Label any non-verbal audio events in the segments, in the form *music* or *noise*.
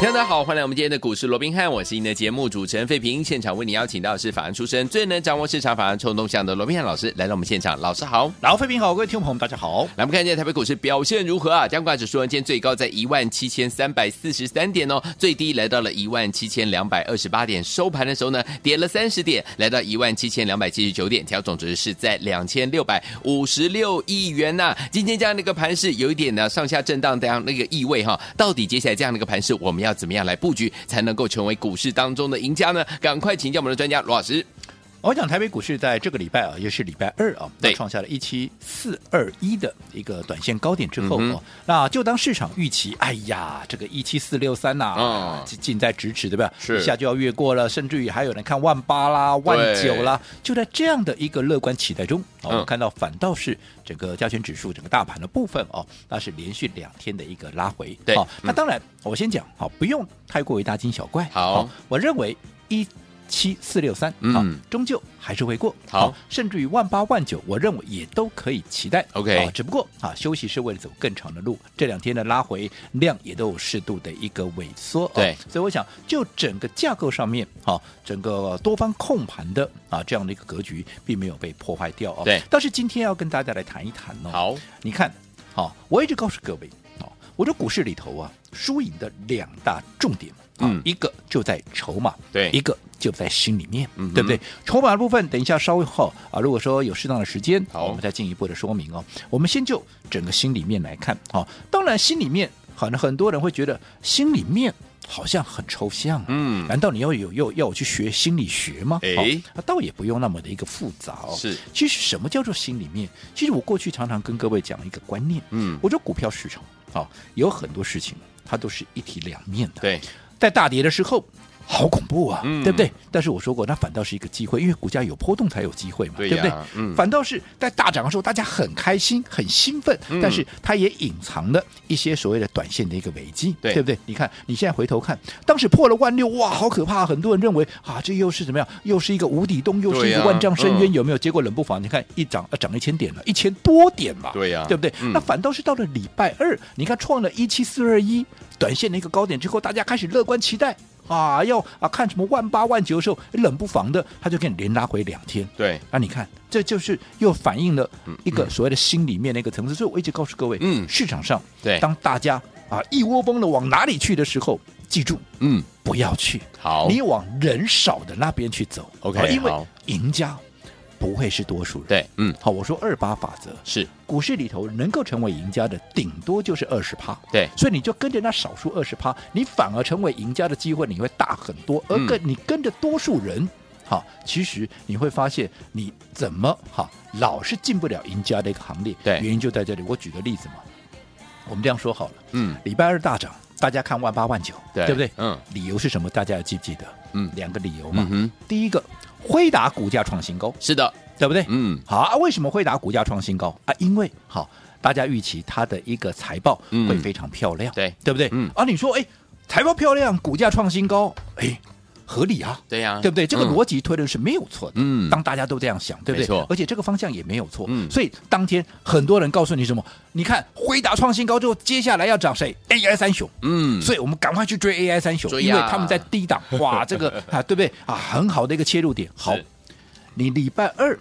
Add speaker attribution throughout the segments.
Speaker 1: 听众大家好，欢迎来我们今天的股市罗宾汉，我是您的节目主持人费平。现场为你邀请到的是法案出身、最能掌握市场法案冲动向的罗宾汉老师来到我们现场，老师好。
Speaker 2: 老费平好，各位听众朋友们，大家好。
Speaker 1: 来，我们看一下台北股市表现如何啊？加权指数呢今天最高在一万七千三百四十三点哦，最低来到了一万七千两百二十八点，收盘的时候呢，跌了三十点，来到一万七千两百七十九点，调总值是在两千六百五十六亿元呐、今天这样的一个盘势，有一点呢上下震荡这样那个意味哈、到底接下来这样的一个盘势，我们要怎么样来布局，才能够成为股市当中的赢家呢？赶快请教我们的专家罗老师。
Speaker 2: 我想台北股市在这个礼拜啊，也是礼拜二啊，
Speaker 1: 对
Speaker 2: 那创下了一七四二一的一个短线高点之后
Speaker 1: 嗯
Speaker 2: 哦，那就当市场预期，哎呀，这个一七四六三呐
Speaker 1: 嗯，
Speaker 2: 近近在咫尺，对吧？
Speaker 1: 是
Speaker 2: 一下就要越过了，甚至于还有人看万八啦、万九啦，就在这样的一个乐观期待中，哦我
Speaker 1: 嗯
Speaker 2: 们看到反倒是整个加权指数、整个大盘的部分哦，那是连续两天的一个拉回。
Speaker 1: 对
Speaker 2: 好那
Speaker 1: 嗯
Speaker 2: 当然我先讲，好，不用太过于大惊小怪。哦
Speaker 1: 好
Speaker 2: 我认为一。七四六三，哦
Speaker 1: 嗯
Speaker 2: 好终究还是会过。
Speaker 1: 好
Speaker 2: 甚至于万八万九，我认为也都可以期待。
Speaker 1: OK
Speaker 2: 啊，只不过啊，休息是为了走更长的路。这两天的拉回量也都有适度的一个萎缩。啊
Speaker 1: 对
Speaker 2: 所以我想就整个架构上面，啊，整个多方控盘的啊这样的一个格局，并没有被破坏掉哦。
Speaker 1: 对
Speaker 2: 但是今天要跟大家来谈一谈哦。，
Speaker 1: 好，
Speaker 2: 你看，啊，我一直告诉各位，啊，我这股市里头啊，输赢的两大重点。啊
Speaker 1: 嗯
Speaker 2: 一个就在筹码，
Speaker 1: 对
Speaker 2: 一个就在心里面，
Speaker 1: 嗯哼
Speaker 2: 对不对？筹码的部分，等一下稍微后啊，如果说有适当的时间，
Speaker 1: 好
Speaker 2: 我们再进一步的说明哦。我们先就整个心里面来看，好、当然心里面可能很多人会觉得心里面好像很抽象、啊
Speaker 1: 嗯
Speaker 2: 难道你要有要要我去学心理学吗？
Speaker 1: 诶
Speaker 2: 好啊倒也不用那么的一个复杂哦。
Speaker 1: 是，
Speaker 2: 其实什么叫做心里面？其实我过去常常跟各位讲一个观念，
Speaker 1: 嗯
Speaker 2: 我觉得股票市场啊、有很多事情它都是一体两面的，
Speaker 1: 对，
Speaker 2: 在大跌的时候。好恐怖啊，
Speaker 1: 嗯
Speaker 2: 对不对？但是我说过，那反倒是一个机会，因为股价有波动才有机会嘛，
Speaker 1: 对
Speaker 2: 对,、
Speaker 1: 呀
Speaker 2: 不对？
Speaker 1: 嗯
Speaker 2: 反倒是在大涨的时候，大家很开心、很兴奋，
Speaker 1: 嗯
Speaker 2: 但是它也隐藏了一些所谓的短线的一个危机，
Speaker 1: 对
Speaker 2: 不对？你看，你现在回头看，当时破了万六，哇，好可怕！很多人认为啊，这又是怎么样？又是一个无底洞，又是一
Speaker 1: 对
Speaker 2: 个
Speaker 1: 呀
Speaker 2: 万丈深
Speaker 1: 嗯
Speaker 2: 渊，有没有？结果冷不防，你看一涨，啊涨了一千点了，一千多点嘛，
Speaker 1: 对呀
Speaker 2: 对不对？
Speaker 1: 嗯
Speaker 2: 那反倒是到了礼拜二，你看创了一七四二一短线的一个高点之后，大家开始乐观期待。啊，要啊看什么万八万九的时候，冷不防的他就给你连拉回两天，
Speaker 1: 对，
Speaker 2: 啊，你看，这就是又反映了一个所谓的心里面的一个层次。所以我一直告诉各位，
Speaker 1: 嗯
Speaker 2: 市场上，
Speaker 1: 对
Speaker 2: 当大家啊一窝蜂的往哪里去的时候，记住
Speaker 1: 嗯，
Speaker 2: 不要去，
Speaker 1: 好，
Speaker 2: 你往人少的那边去走。
Speaker 1: 哦 OK，
Speaker 2: 啊因为
Speaker 1: 好
Speaker 2: 赢家不会是多数人。，
Speaker 1: 对，嗯，
Speaker 2: 好，我说二八法则，
Speaker 1: 是
Speaker 2: 股市里头能够成为赢家的，顶多就是二十趴。
Speaker 1: 对
Speaker 2: 所以你就跟着那少数二十趴，你反而成为赢家的机会你会大很多，
Speaker 1: 嗯
Speaker 2: 而跟你跟着多数人，好，其实你会发现你怎么好老是进不了赢家的一个行列。
Speaker 1: 对
Speaker 2: 原因就在这里。我举个例子嘛，我们这样说好了，
Speaker 1: 嗯，
Speaker 2: 礼拜二大涨，大家看万八万九，
Speaker 1: 对
Speaker 2: 不对？
Speaker 1: 嗯，
Speaker 2: 理由是什么？大家要记不记得？
Speaker 1: 嗯
Speaker 2: 两个理由嘛。
Speaker 1: 嗯哼
Speaker 2: 第一个，辉达股价创新高，
Speaker 1: 是的，
Speaker 2: 对不对？
Speaker 1: 嗯，
Speaker 2: 好啊，为什么会达股价创新高啊？因为好，大家预期它的一个财报
Speaker 1: 嗯
Speaker 2: 会非常漂亮，
Speaker 1: 对
Speaker 2: 对不对？
Speaker 1: 嗯
Speaker 2: 啊，你说哎，财报漂亮，股价创新高，哎，合理啊，
Speaker 1: 对呀
Speaker 2: 对不对？这个
Speaker 1: 嗯
Speaker 2: 逻辑推论是没有错的。
Speaker 1: 嗯
Speaker 2: 当大家都这样想，对不
Speaker 1: 没错
Speaker 2: 对？而且这个方向也没有错。
Speaker 1: 嗯
Speaker 2: 所以当天很多人告诉你什么？你看辉达创新高之后，接下来要涨谁？AI 三雄。
Speaker 1: 嗯，
Speaker 2: 所以我们赶快去追 AI 三雄，
Speaker 1: 追
Speaker 2: 因
Speaker 1: 呀
Speaker 2: 为他们在
Speaker 1: *laughs*
Speaker 2: 低档，哇，这个啊，对不对啊？很好的一个切入点。好
Speaker 1: 是，
Speaker 2: 你礼拜二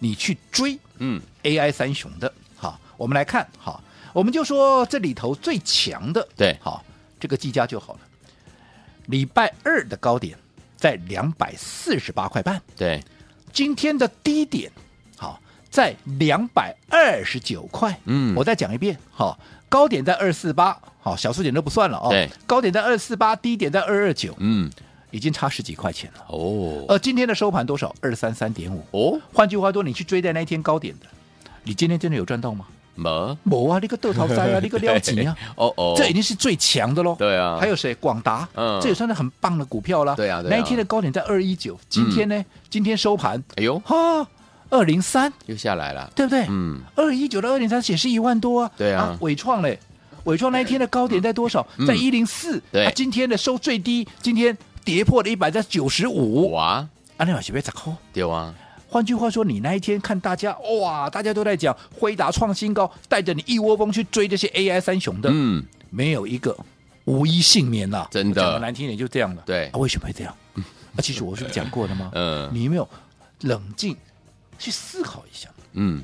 Speaker 2: 你去追
Speaker 1: 嗯，
Speaker 2: AI 三雄的，好，我们来看，好，我们就说这里头最强的，
Speaker 1: 对
Speaker 2: 好，这个技嘉就好了。礼拜二的高点在两百四十八块半，
Speaker 1: 对，
Speaker 2: 今天的低点，好，在两百二十九块。
Speaker 1: 嗯
Speaker 2: 我再讲一遍，好，高点在二四八，好，小数点都不算了哦。
Speaker 1: 对，
Speaker 2: 高点在二四八，低点在二二九，
Speaker 1: 嗯，
Speaker 2: 已经差十几块钱了。呃
Speaker 1: 哦，
Speaker 2: 而今天的收盘多少？二三三点五。
Speaker 1: 哦，
Speaker 2: 换句话说，你去追在那一天高点的，你今天真的有赚到吗？
Speaker 1: 么，
Speaker 2: 没啊，你个豆桃
Speaker 1: *laughs*
Speaker 2: 灾啊，你个料急啊。
Speaker 1: 哦哦，
Speaker 2: 这已经是最强的喽。
Speaker 1: 对啊
Speaker 2: 还有谁？广达，
Speaker 1: 嗯
Speaker 2: 这也算是很棒的股票啦。
Speaker 1: 对啊对啊嗯
Speaker 2: 那一天的高点在二一九，今天呢？今天收盘
Speaker 1: 哎呦，
Speaker 2: 哈、二零三，
Speaker 1: 又下来了。
Speaker 2: 对不对？
Speaker 1: 嗯，
Speaker 2: 二一九到二零三也是一万多啊。
Speaker 1: 对啊嗯
Speaker 2: 伟创嘞，伟创那一天的高点在多少？在一零四。
Speaker 1: 对
Speaker 2: 啊今天的收最低，今天跌破了一百，在九十五。
Speaker 1: 哇，
Speaker 2: 啊，那老师别咋扣。
Speaker 1: 对啊，
Speaker 2: 换句话说，你那一天看大家哇，大家都在讲辉达创新高，带着你一窝蜂去追这些 AI 三雄的，
Speaker 1: 嗯，
Speaker 2: 没有一个无一幸免呐、
Speaker 1: 真的
Speaker 2: 我讲得难听一点就这样了。
Speaker 1: 对
Speaker 2: 啊，为什么会这样？啊，其实我是不是讲过的吗？
Speaker 1: 嗯
Speaker 2: 你有没有冷静去思考一下？
Speaker 1: 嗯，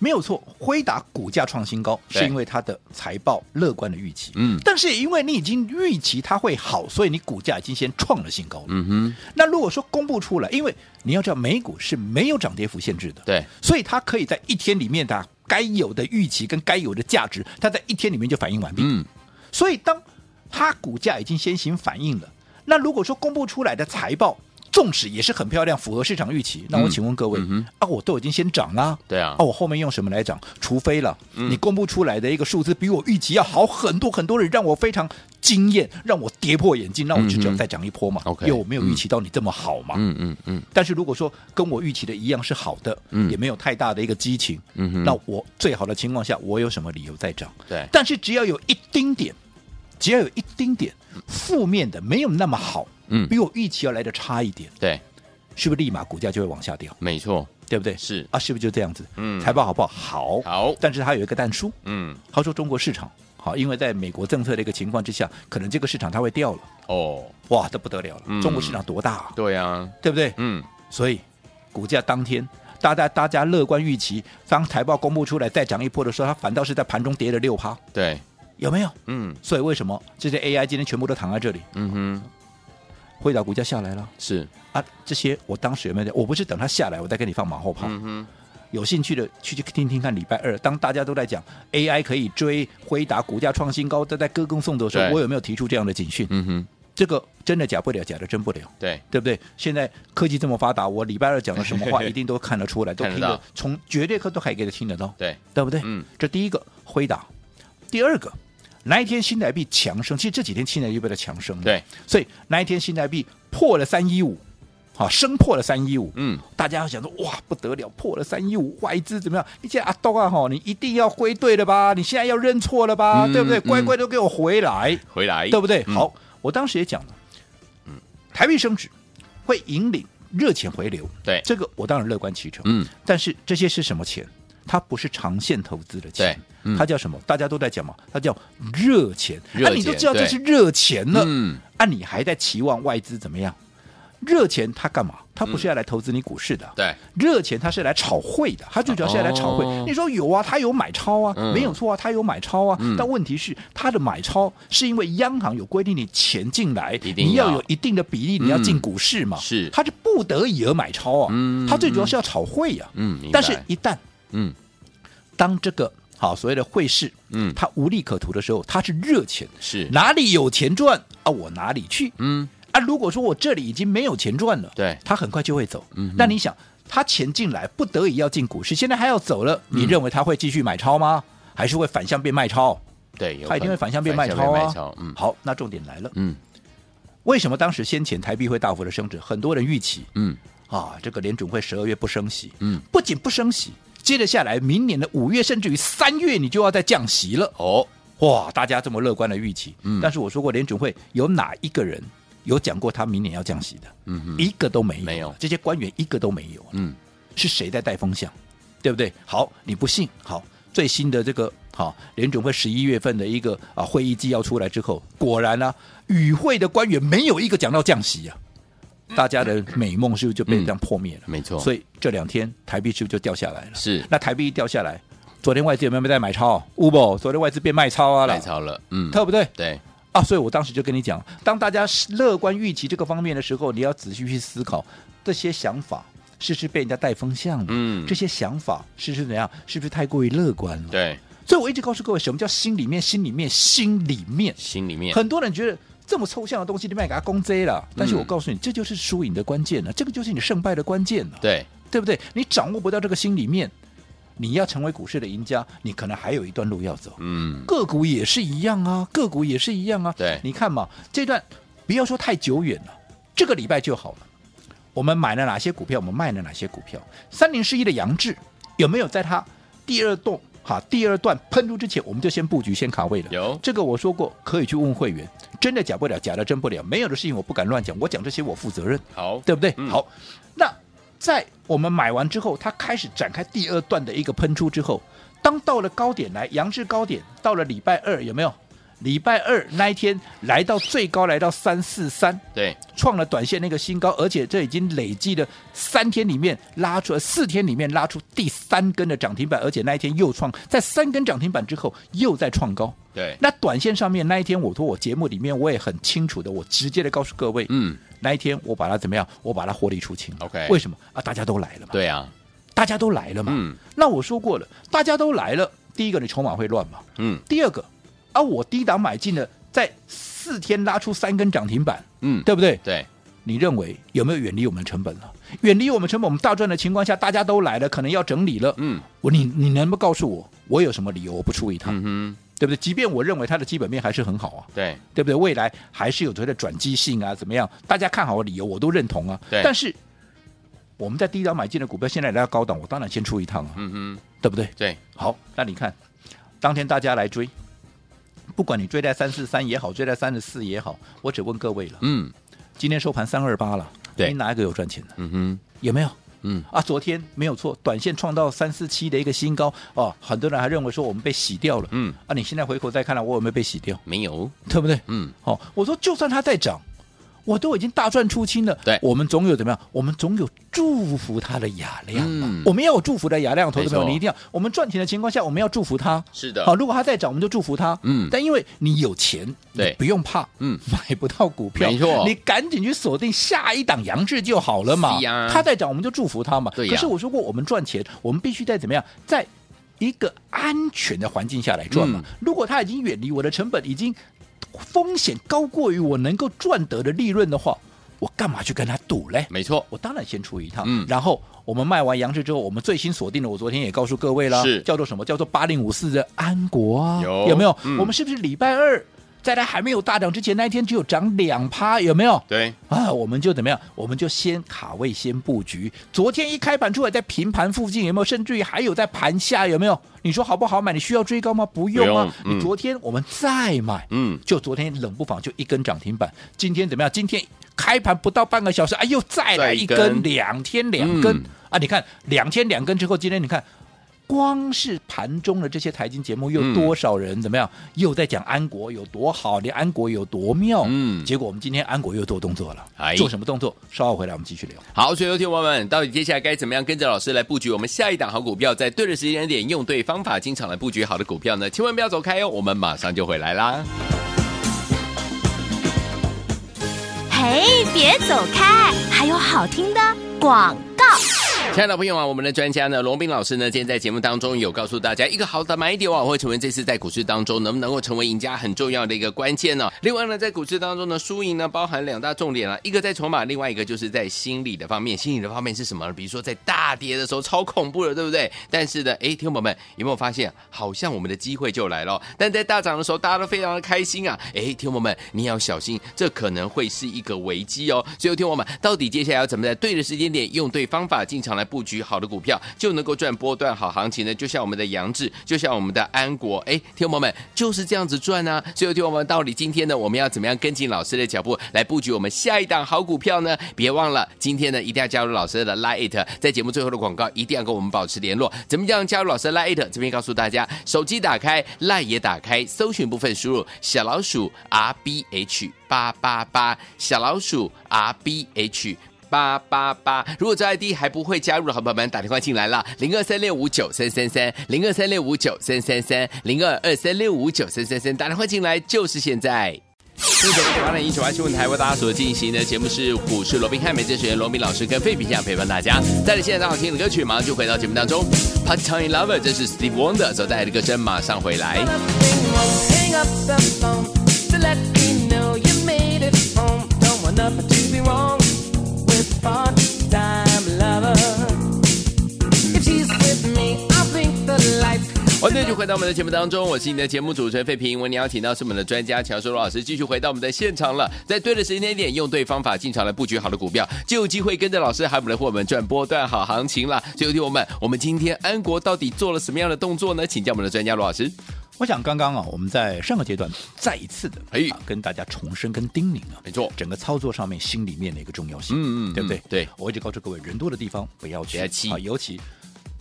Speaker 2: 没有错，辉达股价创新高
Speaker 1: 对
Speaker 2: 是因为它的财报乐观的预期，
Speaker 1: 嗯
Speaker 2: 但是也因为你已经预期它会好，所以你股价已经先创了新高了。
Speaker 1: 嗯哼，
Speaker 2: 那如果说公布出来，因为你要知道美股是没有涨跌幅限制的，
Speaker 1: 对，
Speaker 2: 所以它可以在一天里面的该有的预期跟该有的价值，它在一天里面就反应完毕。
Speaker 1: 嗯，
Speaker 2: 所以当它股价已经先行反应了，那如果说公布出来的财报，纵使也是很漂亮，符合市场预期，那我
Speaker 1: 嗯
Speaker 2: 请问各位、
Speaker 1: 嗯哼
Speaker 2: 啊，我都已经先涨啦，
Speaker 1: 对啊嗯
Speaker 2: 啊，我后面用什么来涨？除非了、你公布出来的一个数字比我预期要好很多很多的，让我非常惊艳，让我跌破眼镜，那我就只
Speaker 1: 嗯
Speaker 2: 有
Speaker 1: 哼
Speaker 2: 再涨一波嘛。
Speaker 1: OK，
Speaker 2: 因为我没有预期到你这么好嘛。
Speaker 1: 嗯嗯嗯，
Speaker 2: 但是如果说跟我预期的一样是好的，
Speaker 1: 嗯
Speaker 2: 也没有太大的一个激情，
Speaker 1: 嗯哼
Speaker 2: 那我最好的情况下，我有什么理由再涨？
Speaker 1: 对，
Speaker 2: 但是只要有一丁点，只要有一丁点负面的，没有那么好，
Speaker 1: 嗯，
Speaker 2: 比我预期要来的差一点，
Speaker 1: 对，
Speaker 2: 是不是立马股价就会往下掉？
Speaker 1: 没错，
Speaker 2: 对不对？
Speaker 1: 是
Speaker 2: 啊，是不是就这样子？
Speaker 1: 嗯
Speaker 2: 财报好不好？好
Speaker 1: 好
Speaker 2: 但是它有一个淡书，
Speaker 1: 嗯，
Speaker 2: 他说中国市场好，因为在美国政策的一个情况之下，可能这个市场它会掉了，
Speaker 1: 哦，
Speaker 2: 哇，这不得了了！
Speaker 1: 嗯
Speaker 2: 中国市场多大、啊，
Speaker 1: 对啊，
Speaker 2: 对不对？
Speaker 1: 嗯，
Speaker 2: 所以股价当天大家大家乐观预期，当财报公布出来再涨一波的时候，它反倒是在盘中跌了六趴，
Speaker 1: 对，
Speaker 2: 有没有？
Speaker 1: 嗯
Speaker 2: 所以为什么这些 AI 今天全部都躺在这里？
Speaker 1: 嗯哼，
Speaker 2: 辉达股价下来了
Speaker 1: 是，
Speaker 2: 啊！这些我当时有没有？我不是等它下来，我再跟你放马后炮。
Speaker 1: 嗯哼，
Speaker 2: 有兴趣的去去听听看，礼拜二当大家都在讲 AI 可以追辉达股价创新高，都在歌功颂德的时
Speaker 1: 对
Speaker 2: 候，我有没有提出这样的警讯？
Speaker 1: 嗯哼，
Speaker 2: 这个真的假不了，假的真不了。
Speaker 1: 对，
Speaker 2: 对不对？现在科技这么发达，我礼拜二讲的什么
Speaker 1: *laughs*
Speaker 2: 话，一定都看得出来，都
Speaker 1: 看得
Speaker 2: 听
Speaker 1: 到
Speaker 2: 得从绝对课都可以给他听得到，
Speaker 1: 对，
Speaker 2: 对不对？
Speaker 1: 嗯，
Speaker 2: 这第一个回答，第二个，那一天新台币强升，其实这几天新台币被它强升，，
Speaker 1: 对，
Speaker 2: 所以那一天新台币破了三一五，好，升破了三一五，
Speaker 1: 嗯，
Speaker 2: 大家要想说哇不得了，破了三一五，外资怎么样？你这阿东啊哈，你一定要归队了吧？你现在要认错了吧？
Speaker 1: 嗯
Speaker 2: 对不对？
Speaker 1: 嗯
Speaker 2: 乖乖都给我回来，
Speaker 1: 回来，
Speaker 2: 对不对？
Speaker 1: 嗯，
Speaker 2: 好，我当时也讲了，台币升值会引领热钱回流，
Speaker 1: 对
Speaker 2: 这个我当然乐观其成。
Speaker 1: 哎嗯，
Speaker 2: 但是这些是什么钱？它不是长线投资的钱
Speaker 1: 对，嗯
Speaker 2: 它叫什么？大家都在讲嘛，它叫热钱。
Speaker 1: 热钱
Speaker 2: 啊、你都知道这
Speaker 1: 对
Speaker 2: 是热钱了，
Speaker 1: 嗯，
Speaker 2: 啊，你还在期望外资怎么样？热钱它干嘛？它不是
Speaker 1: 嗯
Speaker 2: 要来投资你股市的，
Speaker 1: 对，
Speaker 2: 热钱它是来炒汇的，它最主要是来炒汇。
Speaker 1: 哦
Speaker 2: 你说有啊，它有买超啊，
Speaker 1: 嗯
Speaker 2: 没有错啊，它有买超啊。但问题是，它的买超是因为央行有规定，你钱进来
Speaker 1: 一定要
Speaker 2: 你要有一定的比例，你要进
Speaker 1: 嗯
Speaker 2: 股市嘛，
Speaker 1: 是
Speaker 2: 它是不得已而买超啊
Speaker 1: 嗯，
Speaker 2: 它最主要是要炒汇呀。
Speaker 1: 嗯，明白
Speaker 2: 但是，一旦
Speaker 1: 嗯，
Speaker 2: 当这个好所谓的汇市，
Speaker 1: 嗯
Speaker 2: 它无利可图的时候，它是热钱，
Speaker 1: 是，
Speaker 2: 哪里有钱赚啊，我哪里去。
Speaker 1: 嗯，
Speaker 2: 啊，如果说我这里已经没有钱赚了，
Speaker 1: 对
Speaker 2: 他很快就会走。
Speaker 1: 嗯哼
Speaker 2: 那你想，他钱进来，不得已要进股市，现在还要走了，
Speaker 1: 嗯
Speaker 2: 你认为他会继续买超吗？还是会反向变卖超？
Speaker 1: 对，有
Speaker 2: 他一定
Speaker 1: 可
Speaker 2: 会
Speaker 1: 能
Speaker 2: 反向变卖超
Speaker 1: 卖
Speaker 2: 啊！
Speaker 1: 超，嗯，
Speaker 2: 好，那重点来了，
Speaker 1: 嗯
Speaker 2: 为什么当时先前台币会大幅的升值？很多人预期
Speaker 1: 嗯，
Speaker 2: 啊，这个联准会十二月不升息，
Speaker 1: 嗯，
Speaker 2: 不仅不升息，接着下来明年的五月甚至于三月你就要再降息了。
Speaker 1: 哦，
Speaker 2: 哇，大家这么乐观的预期，
Speaker 1: 嗯
Speaker 2: 但是我说过，联准会有哪一个人有讲过他明年要降息的？
Speaker 1: 嗯哼，
Speaker 2: 一个都没有，
Speaker 1: 没有
Speaker 2: 这些官员一个都没有，
Speaker 1: 嗯，
Speaker 2: 是谁在带风向？对不对？好，你不信？好，最新的这个好联总会十一月份的一个啊会议纪要出来之后，果然呢、与会的官员没有一个讲到降息啊，大家的美梦是不是就
Speaker 1: 嗯
Speaker 2: 被这样破灭了？
Speaker 1: 没错，
Speaker 2: 所
Speaker 1: 以
Speaker 2: 以这两天台币是不是就掉下来了？
Speaker 1: 是
Speaker 2: 那台币一掉下来，昨天外资有没有在买超？乌不，昨天外资变卖超啊
Speaker 1: 卖
Speaker 2: 了，
Speaker 1: 超了，嗯，
Speaker 2: 对不对？
Speaker 1: 对，
Speaker 2: 啊，所以我当时就跟你讲，当大家乐观预期这个方面的时候，你要仔细去思考这些想法是不是被人家带风向了，
Speaker 1: 嗯
Speaker 2: 这些想法是不是怎样，是不是太过于乐观了？
Speaker 1: 对，
Speaker 2: 所以我一直告诉各位，什么叫心里面，心里面，心里面，
Speaker 1: 心里面
Speaker 2: 很多人觉得。这么抽象的东西，你卖给他公 Z 了，但是
Speaker 1: 嗯
Speaker 2: 我告诉你，这就是输赢的关键了，这个就是你胜败的关键了，
Speaker 1: 对，
Speaker 2: 对不对？你掌握不到这个心里面，你要成为股市的赢家，你可能还有一段路要走。
Speaker 1: 嗯，
Speaker 2: 个股也是一样啊，个股也是一样啊。
Speaker 1: 对
Speaker 2: 你看嘛，这段不要说太久远了，这个礼拜就好了。我们买了哪些股票，我们卖了哪些股票。三零四一的杨志有没有在它第二栋哈第二段喷出之前，我们就先布局先卡位了？
Speaker 1: 有
Speaker 2: 这个我说过，可以去问会员，真的假不了，假的真不了，没有的事情我不敢乱讲，我讲这些我负责任。
Speaker 1: 好，
Speaker 2: 对不对？
Speaker 1: 嗯
Speaker 2: 好，那在我们买完之后，它开始展开第二段的一个喷出之后，当到了高点来，阳至高点，到了礼拜二有没有？礼拜二那一天来到最高，来到三四三，
Speaker 1: 对，
Speaker 2: 创了短线那个新高，而且这已经累计了三天里面拉出了四天里面拉出第三根的涨停板，而且那一天又创在三根涨停板之后又在创高。
Speaker 1: 对，
Speaker 2: 那短线上面那一天，我说我节目里面我也很清楚的，我直接的告诉各位，
Speaker 1: 嗯，
Speaker 2: 那一天我把它怎么样？我把它获利出清。
Speaker 1: OK
Speaker 2: 为什么啊？大家都来了嘛，
Speaker 1: 对啊，
Speaker 2: 大家都来了嘛。
Speaker 1: 嗯
Speaker 2: 那我说过了，大家都来了，第一个你筹码会乱嘛，
Speaker 1: 嗯
Speaker 2: 第二个啊，我低档买进了，在四天拉出三根涨停板，
Speaker 1: 嗯，
Speaker 2: 对不对？
Speaker 1: 对，
Speaker 2: 你认为有没有远离我们成本了？远离我们成本，我们大赚的情况下，大家都来了，可能要整理了。
Speaker 1: 嗯
Speaker 2: 我你你能不能告诉我，我有什么理由我不出一趟，
Speaker 1: 嗯哼，
Speaker 2: 对不对？即便我认为它的基本面还是很好啊，
Speaker 1: 对，
Speaker 2: 对不对？未来还是有所谓的转机性啊，怎么样？大家看好的理由我都认同啊。
Speaker 1: 对
Speaker 2: 但是我们在低档买进的股票，现在来到高档，我当然先出一趟啊，
Speaker 1: 嗯哼，
Speaker 2: 对不对？
Speaker 1: 对，
Speaker 2: 好，那你看，当天大家来追，不管你追在三四三也好，追在三十四也好，我只问各位了，
Speaker 1: 嗯
Speaker 2: 今天收盘三二八了，
Speaker 1: 对
Speaker 2: 你哪一个有赚钱的？
Speaker 1: 嗯哼，
Speaker 2: 有没有？
Speaker 1: 嗯
Speaker 2: 啊，昨天没有错，短线创到三四七的一个新高哦，很多人还认为说我们被洗掉了，
Speaker 1: 嗯，
Speaker 2: 啊，你现在回头再看了，我有没有被洗掉？
Speaker 1: 没有，
Speaker 2: 对不对？
Speaker 1: 嗯
Speaker 2: 好、我说就算它再涨，我都已经大赚出清了。
Speaker 1: 对
Speaker 2: 我们总有怎么样？我们总有祝福它的雅量嘛。
Speaker 1: 嗯
Speaker 2: 我们要有祝福的雅量，投资
Speaker 1: 没
Speaker 2: 朋友，
Speaker 1: 错
Speaker 2: 你一定要，我们赚钱的情况下，我们要祝福它。
Speaker 1: 是的
Speaker 2: 好，如果它再涨，我们就祝福它。
Speaker 1: 嗯
Speaker 2: 但因为你有钱，
Speaker 1: 对
Speaker 2: 你不用怕，
Speaker 1: 嗯，
Speaker 2: *laughs* 买不到股票，
Speaker 1: 没错
Speaker 2: 你赶紧去锁定下一档杨志就好了嘛
Speaker 1: 是。呀
Speaker 2: 它再涨，我们就祝福它嘛。
Speaker 1: 对呀
Speaker 2: 可是我说过，我们赚钱，我们必须在怎么样，在一个安全的环境下来赚嘛。
Speaker 1: 嗯
Speaker 2: 如果它已经远离我的成本，已经风险高过于我能够赚得的利润的话，我干嘛去跟他赌嘞？
Speaker 1: 没错，
Speaker 2: 我当然先出一趟，
Speaker 1: 嗯
Speaker 2: 然后我们卖完杨志之后，我们最新锁定的，我昨天也告诉各位了，
Speaker 1: 是
Speaker 2: 叫做什么？叫做八零五四的安国啊，
Speaker 1: 有
Speaker 2: 没有？
Speaker 1: 嗯
Speaker 2: 我们是不是礼拜二在它还没有大涨之前，那一天只有涨两趴，有没有？
Speaker 1: 对，
Speaker 2: 啊，我们就怎么样？我们就先卡位，先布局。昨天一开盘出来，在平盘附近有没有？甚至于还有在盘下有没有？你说好不好买？你需要追高吗？不用啊。
Speaker 1: 不用嗯
Speaker 2: 你昨天我们再买，
Speaker 1: 嗯
Speaker 2: 就昨天冷不防就一根涨停板，今天怎么样？今天开盘不到半个小时，哎、又再来一根，
Speaker 1: 再一根
Speaker 2: 两天两根、
Speaker 1: 嗯
Speaker 2: 啊！你看两天两根之后，今天你看。光是盘中的这些财经节目，
Speaker 1: 嗯
Speaker 2: 有多少人怎么样？又在讲安国有多好，连安国有多妙。
Speaker 1: 嗯
Speaker 2: 结果我们今天安国又做动作了，
Speaker 1: 哎
Speaker 2: 做什么动作？稍后回来我们继续聊。
Speaker 1: 好，所以有听众朋友们，到底接下来该怎么样跟着老师来布局我们下一档好股票，在对的时间点用对方法进场来布局好的股票呢？千万不要走开哦，我们马上就回来啦。
Speaker 3: 嘿，别走开，还有好听的广告。
Speaker 1: 亲爱的朋友啊，我们的专家呢，龙斌老师呢，今天在节目当中有告诉大家，一个好的买点啊，会成为这次在股市当中能不能够成为赢家很重要的一个关键呢、哦另外呢，在股市当中呢，输赢呢包含两大重点啊，一个在筹码，另外一个就是在心理的方面。心理的方面是什么呢？比如说在大跌的时候超恐怖了，对不对？但是呢，哎，听众朋友们有没有发现，好像我们的机会就来了哦？但在大涨的时候，大家都非常的开心啊。哎，听众朋友们，你要小心，这可能会是一个危机哦。所以，听众朋友们，到底接下来要怎么在对的时间点，用对方法进场来布局好的股票，就能够赚波段好行情呢？就像我们的杨志，就像我们的安国，哎，听众朋友们就是这样子赚啊。所以，听众朋友们，到底今天呢，我们要怎么样跟进老师的脚步来布局我们下一档好股票呢？别忘了，今天呢一定要加入老师的 Lite，在节目最后的广告一定要跟我们保持联络。怎么样加入老师的 Lite？这边告诉大家，手机打开，Lite 也打开，搜寻部分输入小老鼠 R B H 八八八，小老鼠 R B H。八八八。如果这 ID 还不会加入的好朋友们，打电话进来了，零二三六五九三三三，零二三六五九三三三，零二二三六五九三三三，打电话进来就是现在。日本华南一九八新闻台为大家所进行的节目是股市罗宾汉，美这学员罗宾老师跟费平相陪伴大家。带来现在很好听的歌曲，马上就回到节目当中。Part Time Lover，这是 Steve Wonder 所带来的歌声，马上回来。
Speaker 4: Hang up the phone to let me know you made it home. Don't want nothing to be wrong with part-time lover. If she's with me, I'll blink the lights.
Speaker 1: 我欢迎继续回到我们的节目当中，我是你的节目主持人费平。为你邀请到是我们的专家乔硕罗老师，继续回到我们的现场了。在对的时间点，用对方法进场来布局好的股票，就有机会跟着老师还有我们的伙伴们赚波段啊好行情了。所以，听我们，我们今天安国到底做了什么样的动作呢？请教我们的专家罗老师。
Speaker 2: 我想刚刚啊，我们在上个阶段再一次的、
Speaker 1: 哎
Speaker 2: 啊、跟大家重申跟叮咛啊，
Speaker 1: 没错
Speaker 2: 整个操作上面心里面的一个重要性，
Speaker 1: 嗯嗯嗯
Speaker 2: 对不对？
Speaker 1: 对，
Speaker 2: 我一直告诉各位，人多的地方不要去，
Speaker 1: 别去
Speaker 2: 啊，尤其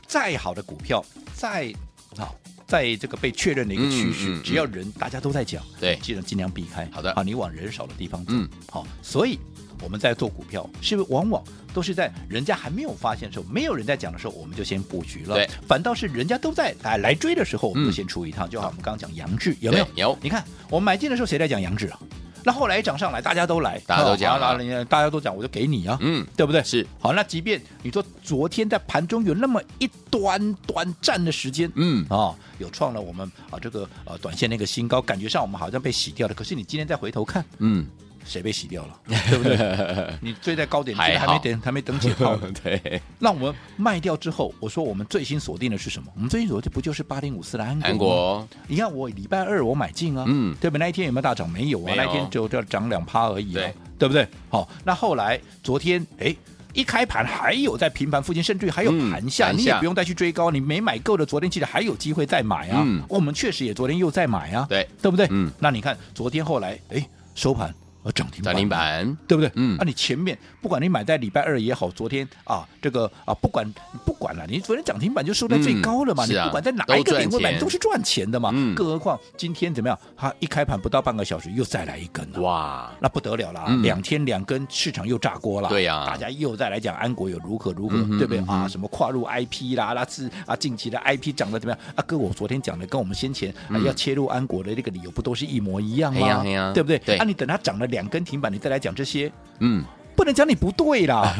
Speaker 2: 再好的股票，再啊。在这个被确认的一个趋势，
Speaker 1: 嗯嗯嗯
Speaker 2: 只要人大家都在讲，
Speaker 1: 对
Speaker 2: 你尽量尽量避开。
Speaker 1: 好的
Speaker 2: 啊，你往人少的地方走。
Speaker 1: 嗯，
Speaker 2: 好，所以我们在做股票，是不是往往都是在人家还没有发现的时候，没有人在讲的时候，我们就先布局了。
Speaker 1: 对，
Speaker 2: 反倒是人家都在来来追的时候，我们就
Speaker 1: 嗯
Speaker 2: 先出一趟。就好，我们刚刚讲杨志有没有
Speaker 1: 对？有
Speaker 2: 你看我们买进的时候，谁在讲杨志啊？那后来涨上来，大家都来，
Speaker 1: 大家都讲
Speaker 2: 啊
Speaker 1: 啊
Speaker 2: 啊啊大家都讲，我就给你啊，
Speaker 1: 嗯，
Speaker 2: 对不对？
Speaker 1: 是。
Speaker 2: 好，那即便你说昨天在盘中有那么一短短暂的时间，
Speaker 1: 嗯
Speaker 2: 啊、有创了我们啊这个呃短线那个新高，感觉上我们好像被洗掉了。可是你今天再回头看，
Speaker 1: 嗯，
Speaker 2: 谁被洗掉
Speaker 1: *laughs*
Speaker 2: 了？对不对？你追在高点，
Speaker 1: 还
Speaker 2: 还还
Speaker 1: 好
Speaker 2: 没等还没等解
Speaker 1: *laughs*
Speaker 2: 套呢。
Speaker 1: *laughs* 对，
Speaker 2: 那我们卖掉之后，我说我们最新锁定的是什么？我们最新锁定不就是八零五四的安国吗？
Speaker 1: 韩国
Speaker 2: 你看我礼拜二我买进啊，
Speaker 1: 嗯
Speaker 2: 对不对？那一天有没有大涨？没有啊，
Speaker 1: 没有
Speaker 2: 那一天只有这涨两趴而已、啊，
Speaker 1: 对
Speaker 2: 不对？好，那后来昨天哎。一开盘还有在平盘附近，甚至于还有
Speaker 1: 嗯
Speaker 2: 盘下，
Speaker 1: 盘下
Speaker 2: 你也不用再去追高，你没买够的，昨天其实还有机会再买啊。
Speaker 1: 嗯
Speaker 2: 我们确实也昨天又在买啊，
Speaker 1: 对
Speaker 2: 对不对？
Speaker 1: 嗯，
Speaker 2: 那你看昨天后来，哎，收盘呃涨停板
Speaker 1: 涨停板，
Speaker 2: 对不对？
Speaker 1: 嗯
Speaker 2: 那、你前面不管你买在礼拜二也好，昨天啊，这个啊，不管不管了，你昨天涨停板就收在最高了嘛，
Speaker 1: 嗯
Speaker 2: 你
Speaker 1: 是啊
Speaker 2: 不管在哪
Speaker 1: 都
Speaker 2: 一个
Speaker 1: 赚
Speaker 2: 点位买，
Speaker 1: 钱
Speaker 2: 你都是赚钱的嘛。
Speaker 1: 嗯
Speaker 2: 更何况今天怎么样？它一开盘不到半个小时又再来一根了。
Speaker 1: 哇，
Speaker 2: 那不得了了啊！
Speaker 1: 嗯
Speaker 2: 两天两根，市场又炸锅了。
Speaker 1: 对呀
Speaker 2: 大家又再来讲安国有如何如何，
Speaker 1: 嗯哼
Speaker 2: 对不对
Speaker 1: 嗯哼
Speaker 2: 啊？什么跨入 IP 啦，啦是啊，近期的 IP 涨得怎么样啊？哥，我昨天讲的跟我们先前、啊要切入安国的那个理由不都是一模一样
Speaker 1: 嘿嗯哎呀
Speaker 2: 吗？
Speaker 1: 嘿呀
Speaker 2: 对不对？
Speaker 1: 对
Speaker 2: 啊，你等它涨了两根停板，你再来讲这些，
Speaker 1: 嗯，
Speaker 2: 不能讲你不对
Speaker 1: *laughs*
Speaker 2: 啦，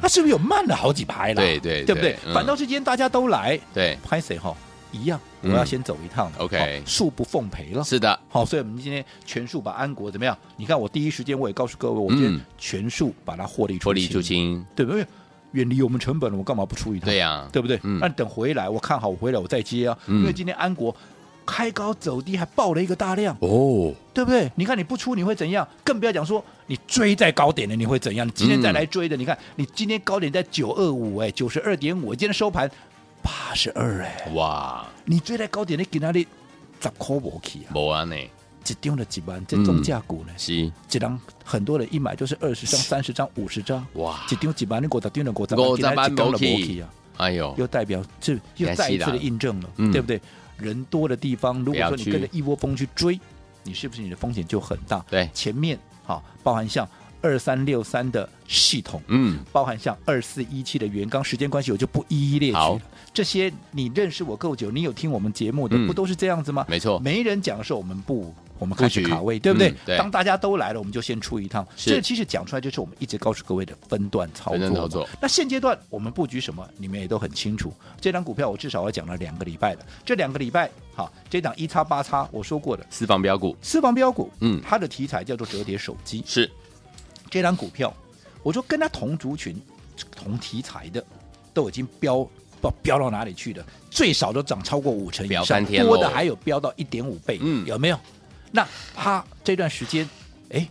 Speaker 2: 它是不是有慢了好几拍啦？
Speaker 1: 对对
Speaker 2: 对不对
Speaker 1: 对？嗯
Speaker 2: 反倒是今天大家都来
Speaker 1: 对，
Speaker 2: 拍谁哈，一样，我
Speaker 1: 嗯
Speaker 2: 要先走一趟了
Speaker 1: OK
Speaker 2: 好恕不奉陪了。
Speaker 1: 是的，
Speaker 2: 好，所以我们今天全数把安国怎么样？你看我第一时间我也告诉各位，我今
Speaker 1: 嗯
Speaker 2: 天全数把它获利出
Speaker 1: 脱离出
Speaker 2: 清，
Speaker 1: 清，
Speaker 2: 对不对？远离我们成本了，我干嘛不出一趟？
Speaker 1: 对呀，
Speaker 2: 对不对？
Speaker 1: 嗯
Speaker 2: 那你等回来，我看好，我回来我再接啊。
Speaker 1: 嗯
Speaker 2: 因为今天安国开高走低，还爆了一个大量，
Speaker 1: 哦，
Speaker 2: 对不对？你看你不出你会怎样？更不要讲说你追在高点的你会怎样？你今天再来追的，你看你今天高点在九二五哎，九十二点五，今天收盘八十二哎，
Speaker 1: 哇，
Speaker 2: 你追在高点你给那里十块无去啊，
Speaker 1: 没安呢，
Speaker 2: 一张了几万，这中价股呢，
Speaker 1: 是，
Speaker 2: 一张很多人一买就是二十张、三十张、五十张，
Speaker 1: 哇
Speaker 2: 一张几万，你五十张了五十
Speaker 1: 五
Speaker 2: 万，
Speaker 1: 十
Speaker 2: 今天
Speaker 1: 万
Speaker 2: 一张
Speaker 1: 没
Speaker 2: 了
Speaker 1: 去
Speaker 2: 无去啊。
Speaker 1: 哎呦，
Speaker 2: 又代表这又再一次的印证了，
Speaker 1: 嗯
Speaker 2: 对不对？人多的地方，如果说
Speaker 1: 不要去
Speaker 2: 你跟着一窝蜂去追，你是不是你的风险就很大？
Speaker 1: 对
Speaker 2: 前面好、包含像二三六三的系统，
Speaker 1: 嗯，
Speaker 2: 包含像二四一七的原钢，时间关系我就不一一列举
Speaker 1: 好
Speaker 2: 了。这些你认识我够久，你有听我们节目的，
Speaker 1: 嗯
Speaker 2: 不都是这样子吗？
Speaker 1: 没错
Speaker 2: 没人讲的时候，我们不。我们
Speaker 1: 布
Speaker 2: 开始
Speaker 1: 局
Speaker 2: 卡位，对不对？
Speaker 1: 嗯对
Speaker 2: 当大家都来了，我们就先出一趟。
Speaker 1: 是
Speaker 2: 这其实讲出来就是我们一直告诉各位的分段操作嘛。
Speaker 1: 分段操作
Speaker 2: 那现阶段我们布局什么，你们也都很清楚。这张股票我至少我讲了两个礼拜了，这两个礼拜，好，这档一叉八叉我说过的
Speaker 1: 私房标股
Speaker 2: 私房标股，
Speaker 1: 嗯
Speaker 2: 它的题材叫做折叠手机，
Speaker 1: 是，
Speaker 2: 这张股票，我说跟它同族群、同题材的，都已经飙不知道飙到哪里去了，最少都涨超过五成以
Speaker 1: 飙
Speaker 2: 上
Speaker 1: 翻，天
Speaker 2: 多的
Speaker 1: 喽
Speaker 2: 还有飙到一点五倍，
Speaker 1: 嗯
Speaker 2: 有没有？那它这段时间，哎。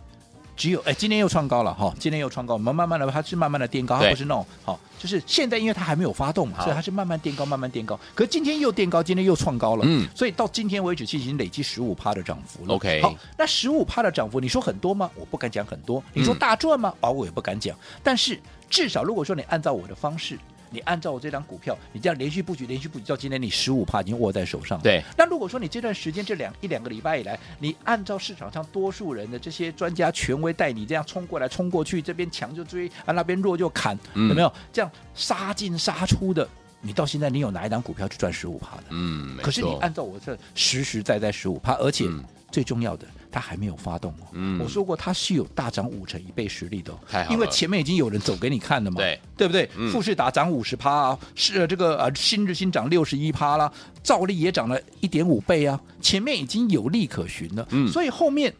Speaker 2: 只有哎，今天又创高了哈、今天又创高，我们慢慢的，它是慢慢的垫高，它
Speaker 1: 对
Speaker 2: 不是那种好、就是现在因为它还没有发动嘛，
Speaker 1: 好
Speaker 2: 所以它是慢慢垫高，慢慢垫高。可是今天又垫高，今天又创高了，
Speaker 1: 嗯
Speaker 2: 所以到今天为止已经累积十五趴的涨幅了。
Speaker 1: OK
Speaker 2: 好，那十五趴的涨幅，你说很多吗？我不敢讲很多。你
Speaker 1: 嗯
Speaker 2: 说大赚吗？啊、我也不敢讲。但是至少如果说你按照我的方式，你按照我这张股票，你这样连续布局，连续布局到今天，你十五趴已经握在手上了。
Speaker 1: 对。
Speaker 2: 那如果说你这段时间这两一两个礼拜以来，你按照市场上多数人的这些专家权威带你这样冲过来冲过去，这边强就追啊，那边弱就砍，
Speaker 1: 嗯
Speaker 2: 有没有这样杀进杀出的？你到现在你有哪一档股票去赚十五趴的？
Speaker 1: 嗯，没
Speaker 2: 可是你
Speaker 1: 错，
Speaker 2: 按照我这实实在在十五趴，而且
Speaker 1: 嗯
Speaker 2: 最重要的，它还没有发动哦。
Speaker 1: 嗯
Speaker 2: 我说过它是有大涨五成一倍实力的哦、
Speaker 1: 太好了
Speaker 2: 因为前面已经有人走给你看了嘛，
Speaker 1: 对
Speaker 2: 对不对？
Speaker 1: 嗯
Speaker 2: 富士达涨五十趴啊，是呃这个呃新日新涨六十一趴啦，兆利也涨了一点五倍啊，前面已经有利可循了，
Speaker 1: 嗯
Speaker 2: 所以后面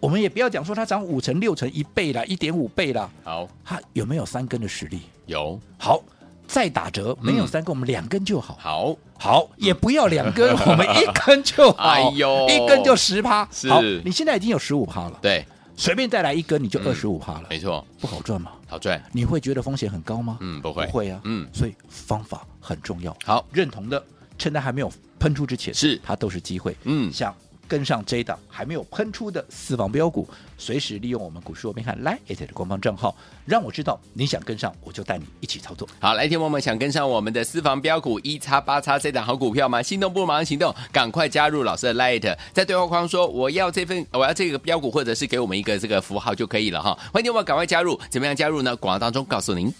Speaker 2: 我们也不要讲说它涨五成、六成、一倍啦，一点五倍啦，
Speaker 1: 好
Speaker 2: 它有没有三根的实力？
Speaker 1: 有，
Speaker 2: 好，再打折，没
Speaker 1: 嗯
Speaker 2: 有三根，我们两根就好。
Speaker 1: 好，
Speaker 2: 好，也不要两
Speaker 1: *laughs*
Speaker 2: 根，我们一根就好。
Speaker 1: 哎呦
Speaker 2: 一根就十趴。
Speaker 1: 是
Speaker 2: 好，你现在已经有十五趴了，
Speaker 1: 对，
Speaker 2: 随便再来一根你就二十五趴了，
Speaker 1: 嗯没错，
Speaker 2: 不好赚吗？
Speaker 1: 好赚，
Speaker 2: 你会觉得风险很高吗？
Speaker 1: 嗯，不会，
Speaker 2: 不会啊。
Speaker 1: 嗯，
Speaker 2: 所以方法很重要。
Speaker 1: 好，
Speaker 2: 认同的，趁它还没有喷出之前，
Speaker 1: 是
Speaker 2: 它都是机会。
Speaker 1: 嗯
Speaker 2: 像跟上这一档还没有喷出的私房标股，随时利用我们股市罗宾汉 Line 的官方账号，让我知道你想跟上，我就带你一起操作。
Speaker 1: 好，来，天王们想跟上我们的私房标股一叉八叉这档好股票吗？心动不如马上行动，赶快加入老师的 Light，在对话框说我要这份，我要这个标股，或者是给我们一个这个符号就可以了哈。欢迎天王赶快加入，怎么样加入呢？广告当中告诉您。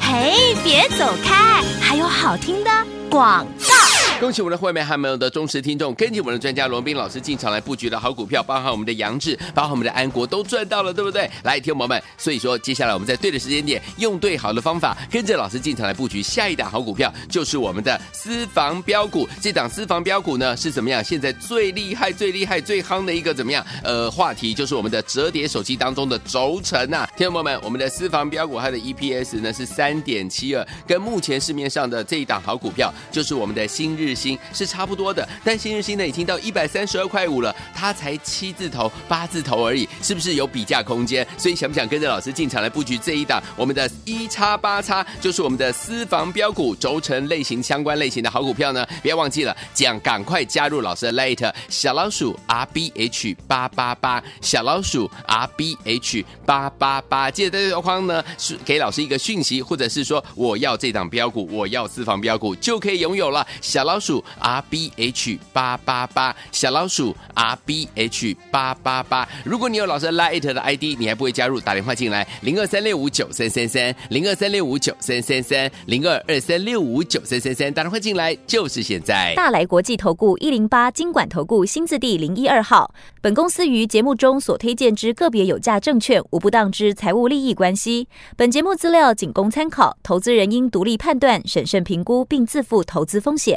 Speaker 3: 嘿，别走开，还有好听的广告。
Speaker 1: 恭喜我们的会员还有我们的忠实听众，跟紧我们的专家罗斌老师进场来布局的好股票，包含我们的杨志，包含我们的安国都赚到了，对不对？来，听众朋友们，所以说接下来我们在对的时间点，用对好的方法，跟着老师进场来布局下一档好股票，就是我们的私房标股。这档私房标股呢是怎么样？现在最厉害、最厉害、最夯的一个怎么样？呃，话题就是我们的折叠手机当中的轴承呐、听众朋友们，我们的私房标股它的 E EPS 呢是三点七二，跟目前市面上的这一档好股票就是我们的新日新是差不多的，但新日新呢已经到一百三十二块五了，它才七字头、八字头而已，是不是有比价空间？所以想不想跟着老师进场来布局这一档我们的一叉八叉，就是我们的私房标股轴承类型相关类型的好股票呢？不要忘记了，讲赶快加入老师的 Lite 小老鼠 R B H 八八八，小老鼠 R B H 八八八，记得在对话框呢是给老师一个讯息，或者是说我要这档标股，我要私房标股，就可以拥有了。小老鼠 R B H 八八八，小老鼠 R B H 八八八。如果你有老师 Lite 的 ID，你还不会加入，打电话进来零二三六五九三三三零二三六五九三三三零二二三六五九三三三，打电话进来就是现在。
Speaker 5: 大来国际投顾一零八金管投顾新字第零一二号。本公司于节目中所推荐之个别有价证券，无不当之财务利益关系。本节目资料仅供参考，投资人应独立判断、审慎评估，并自负投资风险。